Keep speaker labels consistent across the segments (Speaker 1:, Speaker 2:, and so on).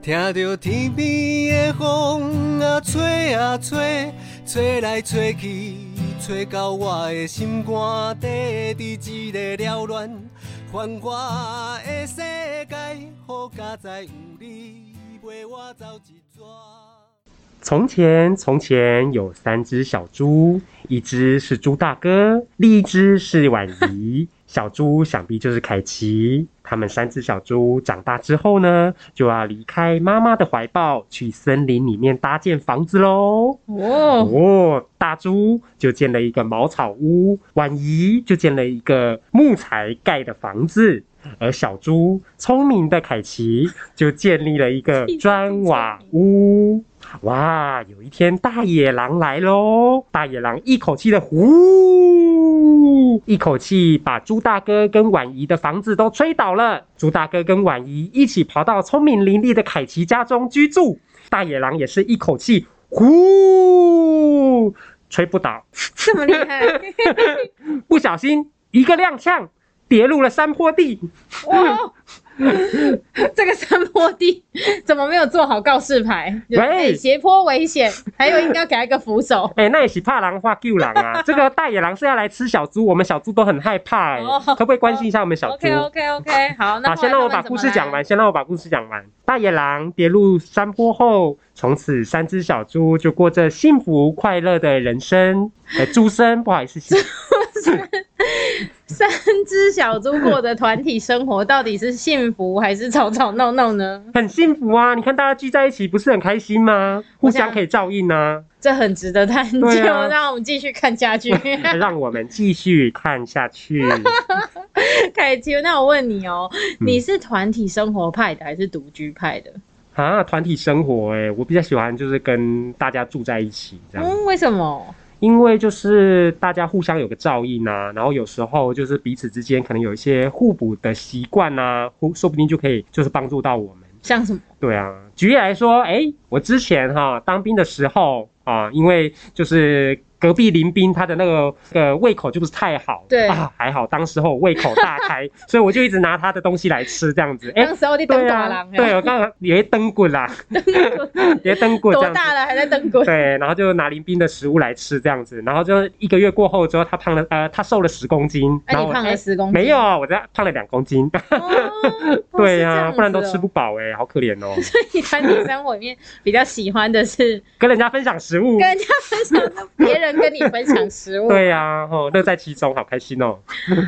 Speaker 1: 听着天边的风啊吹啊吹，吹来吹去，吹到我的心肝底，伫一个缭乱繁华的世界，好佳哉有你陪我走一逝。
Speaker 2: 从前，从前有三只小猪，一只是猪大哥，另一只是婉仪。小猪想必就是凯奇。他们三只小猪长大之后呢，就要离开妈妈的怀抱，去森林里面搭建房子喽。
Speaker 3: 哦，
Speaker 2: 哦，大猪就建了一个茅草屋，婉仪就建了一个木材盖的房子，而小猪聪明的凯奇就建立了一个砖瓦屋。哇，有一天大野狼来喽！大野狼一口气的呼，一口气把猪大哥跟婉仪的房子都吹倒了。猪大哥跟婉仪一起跑到聪明伶俐的凯奇家中居住。大野狼也是一口气呼，吹不倒，
Speaker 3: 这么厉害，
Speaker 2: 不小心一个踉跄，跌入了山坡地。
Speaker 3: 哇！哦这个山坡地怎么没有做好告示牌？就是
Speaker 2: 喂
Speaker 3: 哎斜坡危险，还有应该给他一个扶手。
Speaker 2: 哎、那也是怕狼话救狼 啊！这个大野狼是要来吃小猪，我们小猪都很害怕、哎
Speaker 3: 哦
Speaker 2: 可不可以关心一下我们 小猪
Speaker 3: OK OK OK，好，那
Speaker 2: 好，
Speaker 3: 后来
Speaker 2: 先让我把
Speaker 3: 他们怎
Speaker 2: 故
Speaker 3: 么
Speaker 2: 事讲
Speaker 3: 来
Speaker 2: 完，。先让我把故事讲完。大野狼跌入山坡后，从此三只小猪就过着幸福快乐的人生。哎、猪生，不好意思，
Speaker 3: 三只小猪过的团体生活到底是幸福还是吵吵闹闹呢？
Speaker 2: 很幸福啊！你看大家聚在一起，不是很开心吗？互
Speaker 3: 我想
Speaker 2: 相可以照应 啊。
Speaker 3: 这很值得探究。
Speaker 2: 对 啊
Speaker 3: 让我们继续看下 去。
Speaker 2: 让我们继续看下去。
Speaker 3: 凯奇，那我问你哦，
Speaker 2: 嗯
Speaker 3: 你是团体生活派的还是独居派的？
Speaker 2: 啊，团体生活、哎，我比较喜欢就是跟大家住在一起这样，
Speaker 3: 嗯，为什么？
Speaker 2: 因为就是大家互相有个照应啊，然后有时候就是彼此之间可能有一些互补的习惯啊，互说不定就可以就是帮助到我们。
Speaker 3: 像什么？
Speaker 2: 对啊，举例来说，哎、我之前哈、当兵的时候啊，因为就是隔壁邻兵他的那个呃胃口就不是太好，
Speaker 3: 对
Speaker 2: 啊，还好当时候我胃口大 开，所以我就一直拿他的东西来吃这样子，哎、
Speaker 3: 当时候你当
Speaker 2: 对
Speaker 3: 大
Speaker 2: 啊
Speaker 3: 郎，，
Speaker 2: 对，我刚刚以为灯滚啦， 以为灯滚这
Speaker 3: 多
Speaker 2: 样子。
Speaker 3: 大了还在灯 滚？
Speaker 2: 对，然后就拿林斌的食物来吃这样子，然后就一个月过后之后，他胖了，呃，他瘦了十公斤，
Speaker 3: 那
Speaker 2: 然后
Speaker 3: 你
Speaker 2: 我
Speaker 3: 胖了
Speaker 2: 哎
Speaker 3: 十公斤？
Speaker 2: 没有，我这胖了两公 斤。
Speaker 3: 哦。
Speaker 2: 对啊
Speaker 3: 呀、
Speaker 2: 呀、不然都吃不
Speaker 3: 饱。
Speaker 2: 饱哎，好可怜 哦。
Speaker 3: 所以团体生活里面比较喜欢 的是
Speaker 2: 跟人家分享食物
Speaker 3: 跟，人家分享，别人跟你分享食物。
Speaker 2: 对呀、哦，乐在其中，好开心哦。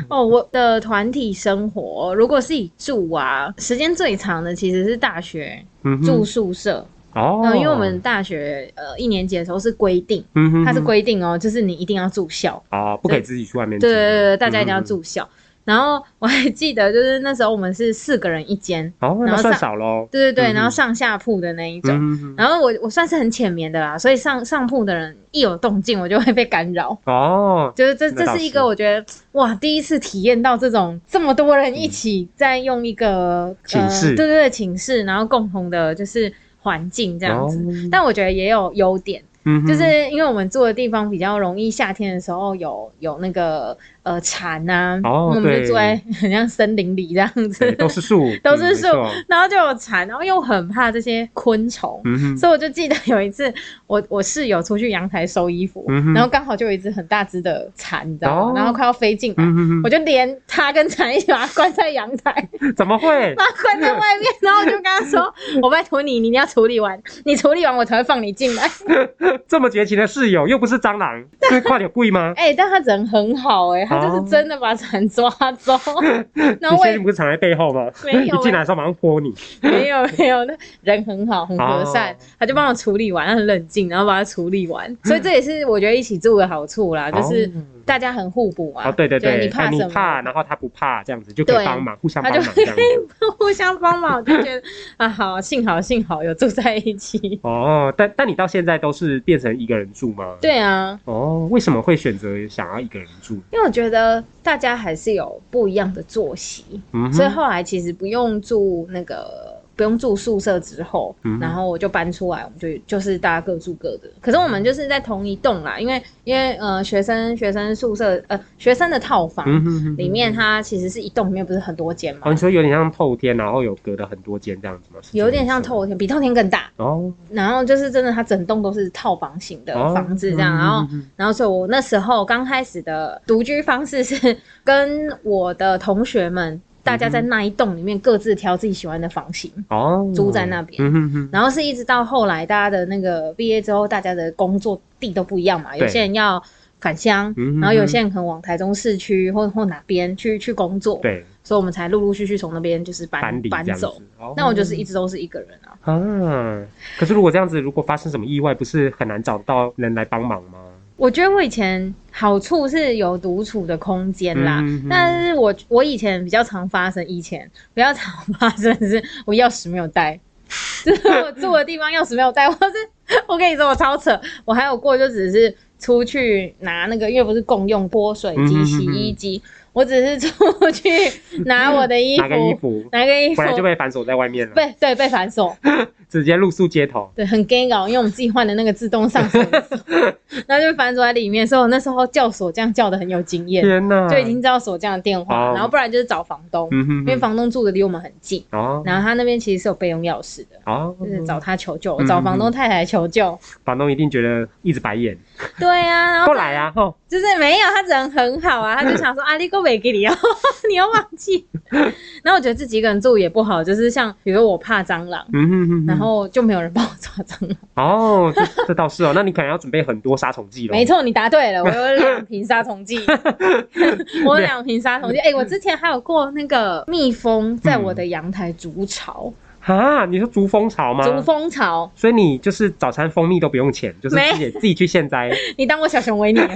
Speaker 3: 哦，我的团体生活，如果是以住啊，时间最长的其实是大学
Speaker 2: 嗯哼，
Speaker 3: 住宿舍。
Speaker 2: 哦、
Speaker 3: 嗯，因为我们大学呃一年级的时候是规定，
Speaker 2: 嗯哼，
Speaker 3: 它是规定哦，就是你一定要住校。
Speaker 2: 哦，不可以自己去外面住。
Speaker 3: 对对对，大家一定要
Speaker 2: 嗯。
Speaker 3: 住校。然后我还记得，就是那时候我们是四个人一间，
Speaker 2: 哦，
Speaker 3: 然
Speaker 2: 那
Speaker 3: 后
Speaker 2: 算
Speaker 3: 上
Speaker 2: 少喽。
Speaker 3: 对对对，
Speaker 2: 嗯
Speaker 3: 然后上下铺的那一种。
Speaker 2: 嗯哼，
Speaker 3: 然后我我算是很浅眠的啦，所以上上铺的人一有动静，我就会被干扰。
Speaker 2: 哦，
Speaker 3: 就是这
Speaker 2: 那
Speaker 3: 这
Speaker 2: 倒
Speaker 3: 是
Speaker 2: 是
Speaker 3: 一个我觉得哇，第一次体验到这种这么多人一起在用一个
Speaker 2: 寝室
Speaker 3: 呃、对对对寝室，然后共同的就是环境这样子。
Speaker 2: 哦
Speaker 3: 但我觉得也有优点，
Speaker 2: 嗯哼
Speaker 3: 就是因为我们住的地方比较容易，夏天的时候有有那个呃蝉啊，
Speaker 2: 哦
Speaker 3: 我们就住在
Speaker 2: 对
Speaker 3: 很像森林里这样
Speaker 2: 对
Speaker 3: 子，
Speaker 2: 都是树，
Speaker 3: 都是树
Speaker 2: 嗯没错
Speaker 3: 然后就有蝉，然后又很怕这些昆虫，
Speaker 2: 嗯哼，
Speaker 3: 所以我就记得有一次，我我室友出去阳台收衣服，
Speaker 2: 嗯哼
Speaker 3: 然后刚好就有一只很大只的蝉，你知道吗？
Speaker 2: 哦
Speaker 3: 然后快要飞进来，
Speaker 2: 嗯哼哼
Speaker 3: 我就连它跟蝉一起把它关在阳台，
Speaker 2: 怎么会？
Speaker 3: 把它关在外面，然后我就跟他 说：“我拜托你，你一定要处理完，你处理完我才会放你进 来。
Speaker 2: 这么绝情的室友，又不是蟑 螂，是快点贵吗？
Speaker 3: 哎，但他人很好
Speaker 2: 哦
Speaker 3: 哎、他就是真的把蝉抓 走，然
Speaker 2: 你
Speaker 3: 后我
Speaker 2: 确定
Speaker 3: 也
Speaker 2: 不是藏在背后吗？
Speaker 3: 没有
Speaker 2: 一进来的时候马上泼你。
Speaker 3: 没有没有，那人很好，很和善
Speaker 2: 哦，
Speaker 3: 他就帮我处理完，他很冷静，然后把它处理完，所以这也是我觉得一起住的好处啦，啊就是。
Speaker 2: 哦
Speaker 3: 大家很互补嘛。
Speaker 2: 哦，对对
Speaker 3: 就是
Speaker 2: 对，
Speaker 3: 你怕
Speaker 2: 哎
Speaker 3: 什么？
Speaker 2: 你怕，然后他不怕，这样子就可以
Speaker 3: 对
Speaker 2: 帮忙，互相
Speaker 3: 他
Speaker 2: 帮
Speaker 3: 就
Speaker 2: 忙这样 子。
Speaker 3: 互相帮忙，我就觉得啊，好，幸好幸好有住在一起。
Speaker 2: 哦，但但你到现在都是变成一个人住吗？。
Speaker 3: 对啊，
Speaker 2: 哦，为什么会选择想要一个人住？
Speaker 3: 因为我觉得大家还是有不一样的作息，
Speaker 2: 嗯哼，
Speaker 3: 所以后来其实不用住那个。不用住宿舍之后，
Speaker 2: 嗯
Speaker 3: 然后我就搬出来，我们就就是大家各住各的。可是我们就是在同一栋啦，因为因为呃学生学生宿舍呃学生的套房。
Speaker 2: 嗯哼哼
Speaker 3: 里面它其实是一栋，里面不是很多间
Speaker 2: 哦，
Speaker 3: 嘛
Speaker 2: 你，说有点像透天，然后有隔了很多间这样子吗？是这个
Speaker 3: 有点
Speaker 2: 意思
Speaker 3: 像
Speaker 2: 吗
Speaker 3: 透天，比透天更大。
Speaker 2: 哦
Speaker 3: 然后就是真的，它整栋都是套房型的
Speaker 2: 哦
Speaker 3: 房子这样。
Speaker 2: 嗯
Speaker 3: 然后
Speaker 2: 嗯嗯嗯
Speaker 3: 然后，所以我那时候刚开始的独居方式是跟我的同学们，大家
Speaker 2: 嗯
Speaker 3: 在那一栋里面各自挑自己喜欢的房型，
Speaker 2: 哦，
Speaker 3: 租在那边
Speaker 2: 嗯哼哼，
Speaker 3: 然后是一直到后来大家的那个毕业之后，大家的工作地都不一样嘛，
Speaker 2: 对
Speaker 3: 有些人要返乡
Speaker 2: 嗯，哼
Speaker 3: 然后有些人可能往台中市区或或哪边去去工作，，
Speaker 2: 对，
Speaker 3: 所以我们才陆陆续续从那边就是搬
Speaker 2: 搬离这
Speaker 3: 搬
Speaker 2: 样子
Speaker 3: 走。。
Speaker 2: 哦
Speaker 3: 那我就是一直都是一个人啊，
Speaker 2: 啊，可是如果这样子，如果发生什么意外，不是很难找到人来帮忙吗？
Speaker 3: 我觉得我以前好处是有独处的空间啦，
Speaker 2: 嗯嗯嗯
Speaker 3: 但是我我以前比较常发生，以前比较常发生的是我钥匙没有带， 就是我住的地方钥匙没有带，我是我跟你说我超扯，我还有过就只是出去拿那个，因为不是共用泼水
Speaker 2: 嗯嗯嗯
Speaker 3: 机、
Speaker 2: 嗯
Speaker 3: 洗衣机，我只是出 去拿我的衣服
Speaker 2: 拿，个衣服，
Speaker 3: 拿个衣服
Speaker 2: 本来就被反锁在外面了，
Speaker 3: 被对被反锁，
Speaker 2: 直接露宿街头。
Speaker 3: 对，很 gay 搞，因为我们自己换的那个自动上锁的锁， 然后就反锁在里面，所以我那时候叫锁匠叫的很有经验，
Speaker 2: 天哪，
Speaker 3: 就已经知道锁匠的电话，
Speaker 2: 哦
Speaker 3: 然后不然就是找房东，
Speaker 2: 嗯哼哼，
Speaker 3: 因为房东住的离我们很近，
Speaker 2: 哦
Speaker 3: 然后他那边其实是有备用钥匙的。
Speaker 2: 哦，
Speaker 3: 就是找他求救，
Speaker 2: 嗯
Speaker 3: 找房东太太 求救。
Speaker 2: 房东一定觉得一直白眼，
Speaker 3: 对啊，然后
Speaker 2: 过来啊，吼，
Speaker 3: 就是没有，他人很好啊，他就 想说啊，你够没给你哦，你要忘记。然后我觉得自己一个人住也不好，就是像比如说我怕蟑螂，
Speaker 2: 嗯哼哼哼，
Speaker 3: 然后就没有人帮我抓蟑螂。
Speaker 2: 哦，这这倒是哦，那 你可能要准备很多杀虫剂了。
Speaker 3: 没，错，你答对 了，我有两瓶杀虫剂，我有两瓶杀虫剂。哎、我之前还有过那个蜜
Speaker 2: 嗯
Speaker 3: 蜂在我的阳台筑巢，
Speaker 2: 啊，你说竹蜂巢吗？
Speaker 3: 筑、蜂巢。
Speaker 2: 所以你就是早餐蜂蜜都不用钱，就是
Speaker 3: 没
Speaker 2: 自己自己去现 摘。
Speaker 3: 你当我小熊 维尼啊？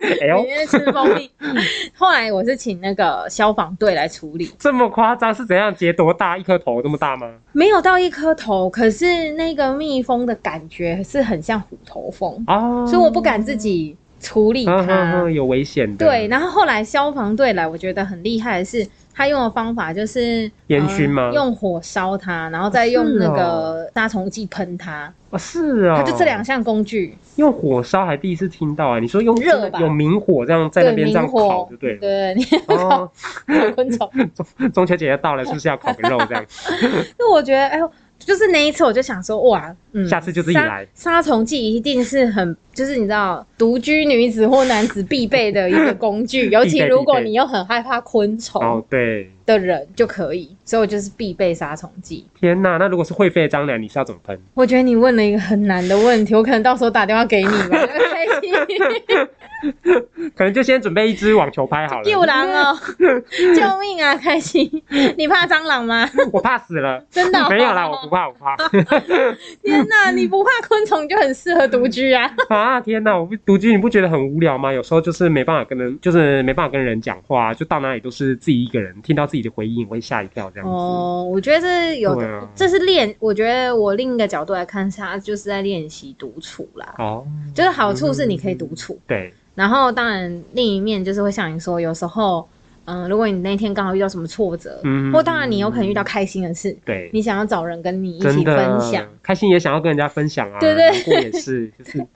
Speaker 2: 哎
Speaker 3: 每
Speaker 2: 呦，
Speaker 3: 天吃蜂蜜。
Speaker 2: 哎
Speaker 3: 后来我是请那个消防队来处理，
Speaker 2: 这么夸张是怎样？结多大？一颗头这么大吗？
Speaker 3: 没有到一颗头，可是那个蜜蜂的感觉是很像虎头蜂，
Speaker 2: 哦，
Speaker 3: 所以我不敢自己处理
Speaker 2: 嗯哼
Speaker 3: 它
Speaker 2: 哼，。有危险的。
Speaker 3: 对，然后后来消防队来，我觉得很厉害的是，他用的方法就是
Speaker 2: 烟熏吗
Speaker 3: 呃用火烧它，然后再用
Speaker 2: 是
Speaker 3: 那
Speaker 2: 哦
Speaker 3: 个杀虫剂喷它，
Speaker 2: 哦是哦，
Speaker 3: 它就这两项工具。
Speaker 2: 用火烧还第一次听到啊！你说用
Speaker 3: 热
Speaker 2: 真的
Speaker 3: 吧
Speaker 2: 有明火这样在那
Speaker 3: 对，
Speaker 2: 边这
Speaker 3: 明
Speaker 2: 样
Speaker 3: 火
Speaker 2: 烤，就对了。
Speaker 3: 对，你
Speaker 2: 哦，
Speaker 3: 烤昆虫。
Speaker 2: 中中秋节要到了，是不是要烤个肉这样？
Speaker 3: 那我觉得，哎呦，就是那一次我就想说，哇，嗯，
Speaker 2: 下次就自己
Speaker 3: 杀
Speaker 2: 来
Speaker 3: 杀虫剂一定是很，就是你知道，独居女子或男子必备的一个 工具，尤
Speaker 2: 必
Speaker 3: 其
Speaker 2: 备
Speaker 3: 如果
Speaker 2: 必备
Speaker 3: 你又很害怕昆虫
Speaker 2: 哦，对，
Speaker 3: 的人就可以。所以我就是必备杀虫剂。
Speaker 2: 天哪！那如果是会飞的蟑螂，你是要怎么 喷？
Speaker 3: 我觉得你问了一个很难的问题，我可能到时候打电话给你 吧。
Speaker 2: 可能就先准备一支网球拍好
Speaker 3: 救
Speaker 2: 了。
Speaker 3: 狼哦， 救命啊，开心！你怕蟑螂 吗？
Speaker 2: 我怕死了，
Speaker 3: 真的哦
Speaker 2: 没有啦，我不怕，我 不怕
Speaker 3: 天哪，你不怕昆虫就很适合独居啊。
Speaker 2: 啊！天哪，我不独居，你不觉得很无聊吗？有时候就是没办法跟人，就是没办法跟人讲话，啊就到哪里都是自己一个人，听到自己的回音我会吓一跳这样子。
Speaker 3: 哦，我觉得这有
Speaker 2: 对
Speaker 3: 的，
Speaker 2: 啊
Speaker 3: 这是练。我觉得我另一个角度来看，它就是在练习独处啦。
Speaker 2: 哦，嗯
Speaker 3: 就是好处是你可以独处，
Speaker 2: 对，
Speaker 3: 然后当然另一面就是会像你说，有时候，嗯、如果你那天刚好遇到什么挫折，
Speaker 2: 嗯
Speaker 3: 或当然你有可能遇到开心的事，
Speaker 2: 对，
Speaker 3: 你想要找人跟你一
Speaker 2: 真
Speaker 3: 起
Speaker 2: 的
Speaker 3: 分享，
Speaker 2: 开心也想要跟人家分享啊，
Speaker 3: 对对
Speaker 2: 难过也是，就是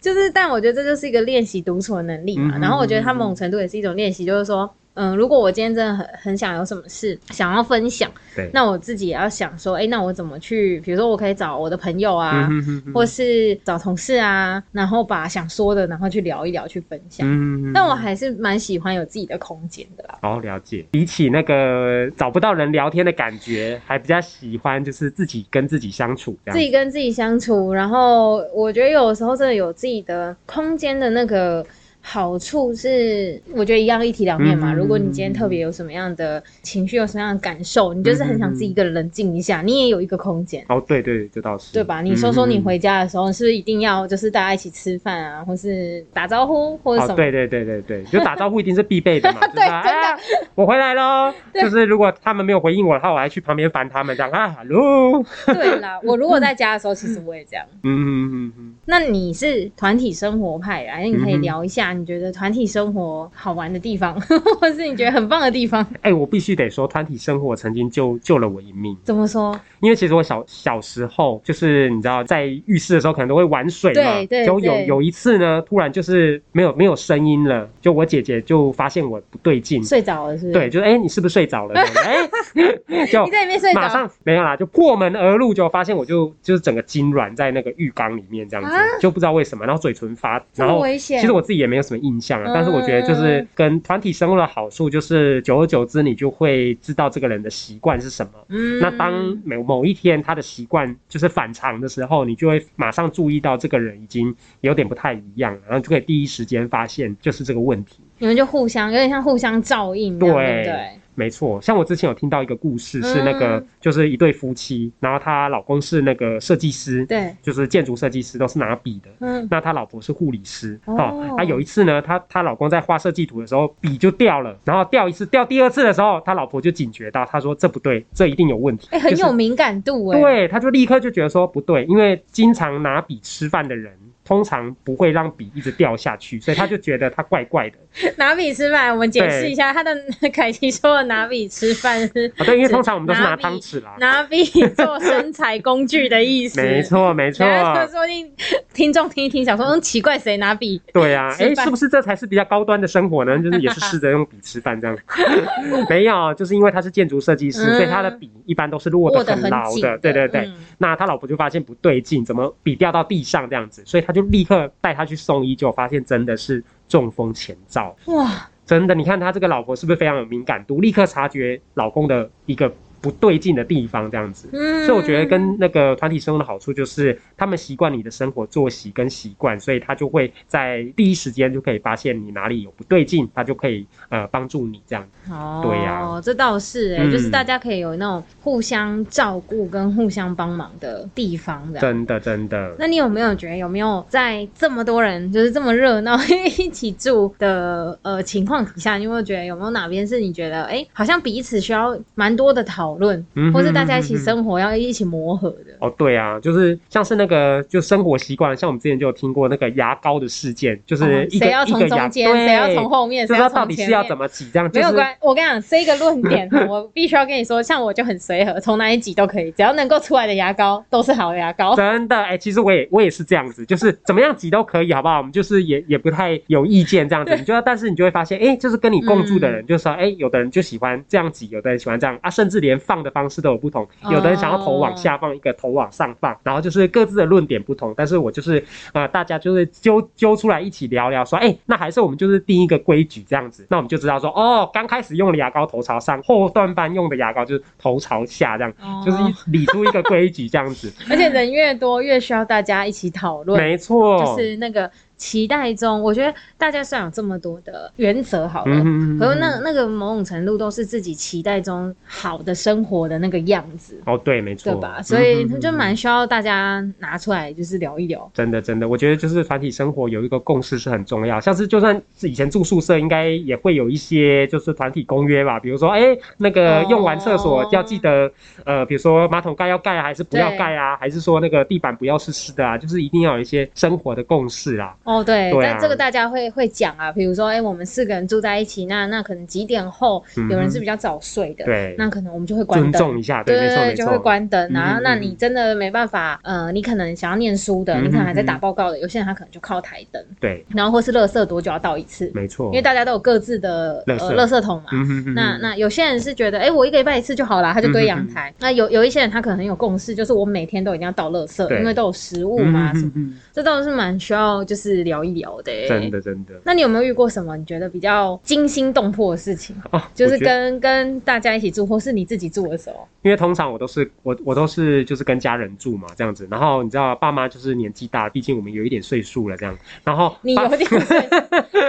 Speaker 3: 就是，但我觉得这就是一个练习独处的能力嘛。
Speaker 2: 嗯
Speaker 3: 然后我觉得它某种程度也是一种练习，就是说，嗯，如果我今天真的很很想有什么事想要分享，
Speaker 2: 对。
Speaker 3: 那我自己也要想说，哎、那我怎么去？比如说，我可以找我的朋友啊，
Speaker 2: 嗯哼哼哼
Speaker 3: 或是找同事啊，然后把想说的，然后去聊一聊，去分享。
Speaker 2: 嗯
Speaker 3: 但我还是蛮喜欢有自己的空间的啦。
Speaker 2: 好了解，比起那个找不到人聊天的感觉，还比较喜欢就是自己跟自己相处这
Speaker 3: 自
Speaker 2: 样。
Speaker 3: 己跟自己相处，然后我觉得有时候真的有自己的空间的那个好处是，我觉得一样一体两面嘛。
Speaker 2: 嗯
Speaker 3: 如果你今天特别有什么样的情绪，有什么样的感受，你就是很想
Speaker 2: 嗯
Speaker 3: 自己一个人冷静一下，你也有一个空间，
Speaker 2: 哦，对对，这倒是。
Speaker 3: 对吧？你说说你
Speaker 2: 嗯
Speaker 3: 回家的时候，是不是一定要就是大家一起吃饭啊，或是打招呼，或者什
Speaker 2: 哦，
Speaker 3: 么？
Speaker 2: 对对对对对，就打招呼一定是必备的 嘛，就是啊
Speaker 3: 真的
Speaker 2: 哎我回来喽。就是如果他们没有回应我的话，我还去旁边烦他们，这样啊，hello，
Speaker 3: 对啦，我如果在家的时候，其实我也这样。
Speaker 2: 嗯嗯嗯嗯，嗯
Speaker 3: 那你是团体生活派啊，那你可以聊一下你觉得团体生活好玩的地方， 或是你觉得很棒的地方？
Speaker 2: 哎、我必须得说，团体生活曾经救救了我一命。
Speaker 3: 怎么说？
Speaker 2: 因为其实我小小时候，就是你知道，在浴室的时候可能都会玩水嘛，
Speaker 3: 对对
Speaker 2: 结果有
Speaker 3: 对
Speaker 2: 有一次呢，突然就是没有没有声音了，就我姐姐就发现我不对劲，
Speaker 3: 睡着了是不是？
Speaker 2: 对，，就哎、你是不是睡着了？ 哎、就
Speaker 3: 你在里面睡着
Speaker 2: 马上没有啦，就破门而入，就发现我就就是整个痉挛在那个浴缸里面这样子，
Speaker 3: 啊
Speaker 2: 就不知道为什么，然后嘴唇发，
Speaker 3: 这
Speaker 2: 然
Speaker 3: 么
Speaker 2: 后
Speaker 3: 危险
Speaker 2: 其实我自己也没有什么印象啊，但是我觉得就是
Speaker 3: 嗯
Speaker 2: 跟团体生活的好处就是，久而久之你就会知道这个人的习惯是什么。
Speaker 3: 嗯
Speaker 2: 那当某某一天他的习惯就是反常的时候，你就会马上注意到这个人已经有点不太一样了，然后就可以第一时间发现就是这个问题。
Speaker 3: 你们就互相有点像互相照应这样，对不嗯对？
Speaker 2: 没错，像我之前有听到一个故事，是那个、
Speaker 3: 嗯
Speaker 2: 就是一对夫妻，然后她老公是那个设计师，
Speaker 3: 对，
Speaker 2: 就是建筑设计师，都是拿笔的。
Speaker 3: 嗯，
Speaker 2: 那她老婆是护理师
Speaker 3: 哦
Speaker 2: 哦，啊有一次呢，她她老公在画设计图的时候，笔就掉了，然后掉一次，掉第二次的时候，她老婆就警觉到，她说这不对，这一定有问题，
Speaker 3: 哎、很
Speaker 2: 就是
Speaker 3: 有敏感度哎、
Speaker 2: 对，他就立刻就觉得说不对，因为经常拿笔吃饭的人，通常不会让笔一直掉下去，所以他就觉得他怪怪的。
Speaker 3: 拿笔吃饭，我们解释
Speaker 2: 对
Speaker 3: 一下，他的凯奇说的拿笔吃饭是
Speaker 2: 啊，对，因为通常我们都是
Speaker 3: 拿
Speaker 2: 拿
Speaker 3: 笔
Speaker 2: 汤匙啦。
Speaker 3: 拿笔做身材工具的意思，
Speaker 2: 没。错，没错，
Speaker 3: 然后说不定听众听一听，想说嗯奇怪，谁拿笔？
Speaker 2: 对啊，
Speaker 3: 吃
Speaker 2: 哎，
Speaker 3: 饭
Speaker 2: 是不是这才是比较高端的生活 呢？就是也是试着用笔吃饭这样， 没有，啊就是因为他是建握设计师，
Speaker 3: 嗯
Speaker 2: 所以他的笔一般都是握
Speaker 3: 握
Speaker 2: 得
Speaker 3: 得很
Speaker 2: 牢
Speaker 3: 紧
Speaker 2: 的。对对对，
Speaker 3: 嗯
Speaker 2: 那他老婆就发现不对劲，怎么笔掉到地上这样子？所以他就立刻带他去送医，就发现真的是中风前兆。
Speaker 3: 哇，
Speaker 2: 真的，你看他这个老婆是不是非常有敏感度，立刻察觉老公的一个不对劲的地方，这样子。
Speaker 3: 嗯，
Speaker 2: 所以我觉得跟那个团体生活的好处就是，他们习惯你的生活作息跟习惯，所以他就会在第一时间就可以发现你哪里有不对劲，他就可以呃帮助你这样。
Speaker 3: 哦，
Speaker 2: 对呀
Speaker 3: 这倒是哎、
Speaker 2: 嗯
Speaker 3: 就是大家可以有那种互相照顾跟互相帮忙的地方的。
Speaker 2: 真的，真的。
Speaker 3: 啊那你有没有觉得有没有在这么多人就是这么热闹一起住的呃情况底下，你有没有觉得有没有哪边是你觉得哎、诶好像彼此需要蛮多的讨论，
Speaker 2: 嗯哼
Speaker 3: 或是大家一起
Speaker 2: 嗯哼
Speaker 3: 生活要一起磨合的？
Speaker 2: 哦，对啊，就是像是那个就生活习惯，像我们之前就有听过那个牙膏的事件，就是
Speaker 3: 哦
Speaker 2: 一个、
Speaker 3: 谁要
Speaker 2: 一
Speaker 3: 从
Speaker 2: 个牙
Speaker 3: 中间，
Speaker 2: 对
Speaker 3: 谁要从后面，
Speaker 2: 就
Speaker 3: 谁
Speaker 2: 是它
Speaker 3: 从
Speaker 2: 到底
Speaker 3: 前
Speaker 2: 是要
Speaker 3: 面
Speaker 2: 怎么挤这样， 就
Speaker 3: 没有
Speaker 2: 是
Speaker 3: 关，我跟你讲，这个论 点哈，我必须要跟你说，像我就很随和，从哪里挤都可以，只要能够出来的牙膏都是好的 牙膏。
Speaker 2: 真的，哎、其实我也我也是这样子，就是怎么样挤都可以，好不好？我们就是也也不太有意见这样子，你就要，但是你就会发现，哎、就是跟你共住的人，就说，哎、有的人就喜欢这样挤，有的人喜欢这样啊，甚至连放的方式都有不同，有的人想要头往下放，一个头往上放，然后就是各自的论点不同，但是我就是呃，大家就是揪揪出来一起聊聊，说，哎、那还是我们就是定一个规矩这样子，那我们就知道说，哦，刚开始用的牙膏头朝上，后段班用的牙膏就是头朝下这样。就是
Speaker 3: 哦
Speaker 2: 理出一个规矩这样子，
Speaker 3: 而且人越多，越需要大家一起讨论。
Speaker 2: 没错，
Speaker 3: 就是那个期待中，我觉得大家虽然有这么多的原则好了，
Speaker 2: 嗯哼，
Speaker 3: 可是那那个某种程度都是自己期待中好的生活的那个样子，
Speaker 2: 哦对，没错，
Speaker 3: 对吧？所以
Speaker 2: 嗯哼
Speaker 3: 就
Speaker 2: 嗯
Speaker 3: 蛮
Speaker 2: 哼
Speaker 3: 需要大家拿出来就是聊一聊。
Speaker 2: 真的真的，我觉得就是团体生活有一个共识是很重要。像是就算是以前住宿舍，应该也会有一些就是团体公约吧，比如说哎、那个
Speaker 3: 哦
Speaker 2: 用完厕所要记得呃，比如说马桶盖要盖啊，还是不要盖啊，还是说那个地板不要湿湿的啊，就是一定要有一些生活的共识啦。
Speaker 3: 哦，对，
Speaker 2: 对啊
Speaker 3: 但这个大家会会讲啊，比如说，哎，我们四个人住在一起，那那可能几点后
Speaker 2: 嗯哼
Speaker 3: 有人是比较早睡的，
Speaker 2: 对
Speaker 3: 那可能我们就会关
Speaker 2: 尊
Speaker 3: 灯
Speaker 2: 重。一下，
Speaker 3: 对
Speaker 2: 没错没
Speaker 3: 对，就会
Speaker 2: 错。
Speaker 3: 关灯啊。
Speaker 2: 嗯嗯嗯
Speaker 3: 那你真的没办法，呃，你可能想要念书的，
Speaker 2: 嗯嗯
Speaker 3: 你可能还在打
Speaker 2: 嗯
Speaker 3: 报告的，有些人他可能就靠台灯，
Speaker 2: 对，
Speaker 3: 然后或是垃圾多久要倒一次，
Speaker 2: 没错。
Speaker 3: 因为大家都有各自的呃
Speaker 2: 垃圾
Speaker 3: 垃圾桶嘛。
Speaker 2: 嗯哼嗯嗯哼
Speaker 3: 那那有些人是觉得，哎、我一个礼拜一次就好啦，他就堆阳台。那有有一些人他可能很有共识，就是我每天都一定要倒垃圾，
Speaker 2: 对
Speaker 3: 因为都有食物嘛，什么，
Speaker 2: 嗯哼嗯哼
Speaker 3: 这倒是蛮需要就是聊一聊的、欸。
Speaker 2: 真。的真的
Speaker 3: 那你有没有遇过什么你觉得比较惊心动魄的事情？
Speaker 2: 哦，
Speaker 3: 就是
Speaker 2: 我觉得
Speaker 3: 跟跟大家一起住，或是你自己住的时候，
Speaker 2: 因为通常我都是我我都是就是跟家人住嘛这样子，然后你知道爸妈就是年纪大，毕竟我们有一点岁数了这样，然后
Speaker 3: 你
Speaker 2: 爸
Speaker 3: 有 点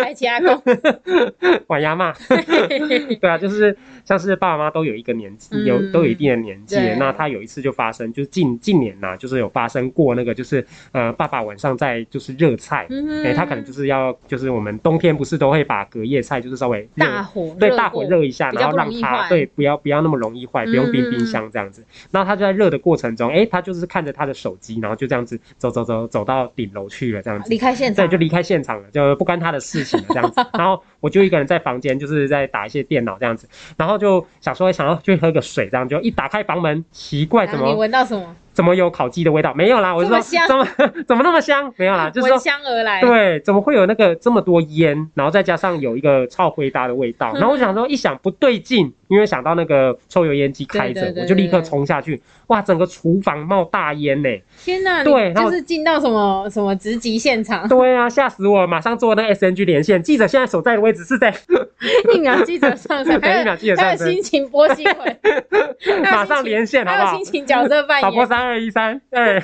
Speaker 3: 抬起阿公，
Speaker 2: 晚牙 嘛，对啊，就是像是爸爸妈妈都有一个年纪，
Speaker 3: 嗯
Speaker 2: 有都有一定的年纪了
Speaker 3: 对，
Speaker 2: 那他有一次就发生，就是近近年呐、就是有发生过那个就是呃爸爸晚上在就是热菜，
Speaker 3: 嗯哼，
Speaker 2: 哎，它可能就是要，就是我们冬天不是都会把隔夜菜就是稍微热
Speaker 3: 大火
Speaker 2: 对
Speaker 3: 热
Speaker 2: 大火
Speaker 3: 过
Speaker 2: 热一下，
Speaker 3: 比
Speaker 2: 然
Speaker 3: 较
Speaker 2: 后
Speaker 3: 不
Speaker 2: 让
Speaker 3: 容易
Speaker 2: 它
Speaker 3: 坏
Speaker 2: 对不要不要那么容易坏，不用冰冰
Speaker 3: 嗯
Speaker 2: 箱这样子。那他就在热的过程中，哎，他就是看着他的手机，然后就这样子走走走走到顶楼去了这样子
Speaker 3: 离。开现
Speaker 2: 对，
Speaker 3: 场
Speaker 2: 就离开现场了，就不关他的事情了这样 子。然后我就一个人在房间，就是在打一些电脑这样子。然后就想说想要去喝个水，这样就一打开房门，奇怪
Speaker 3: 然
Speaker 2: 怎
Speaker 3: 后啊你
Speaker 2: 么
Speaker 3: 闻到什么？
Speaker 2: 怎么有烤鸡的味道？没有啦，我是
Speaker 3: 这
Speaker 2: 说
Speaker 3: 么香
Speaker 2: 怎么 怎么那么香？没有啦，就是说
Speaker 3: 闻香而来，
Speaker 2: 对，怎么会有那个这么多烟，然后再加上有一个超灰搭的味道，
Speaker 3: 嗯
Speaker 2: 然后我想说一想不对劲，因为想到那个抽油烟机开
Speaker 3: 对
Speaker 2: 着
Speaker 3: 对，对
Speaker 2: 我就立刻冲下去，哇，整个厨房冒大烟呢、
Speaker 3: 天哪，
Speaker 2: 对
Speaker 3: 你
Speaker 2: 然后
Speaker 3: 就是进到什么什么职级现场，
Speaker 2: 对啊，吓死我了！马上做那个 SNG 连线，记者现在所在的位置是在，
Speaker 3: 一秒记者上 身，
Speaker 2: 对一秒记者
Speaker 3: 还
Speaker 2: 上身
Speaker 3: 有心，情波 新闻，
Speaker 2: 马上连线好
Speaker 3: 还
Speaker 2: 不
Speaker 3: 有
Speaker 2: 好
Speaker 3: 心？情角色扮
Speaker 2: 导播
Speaker 3: 演，
Speaker 2: 三二一三二，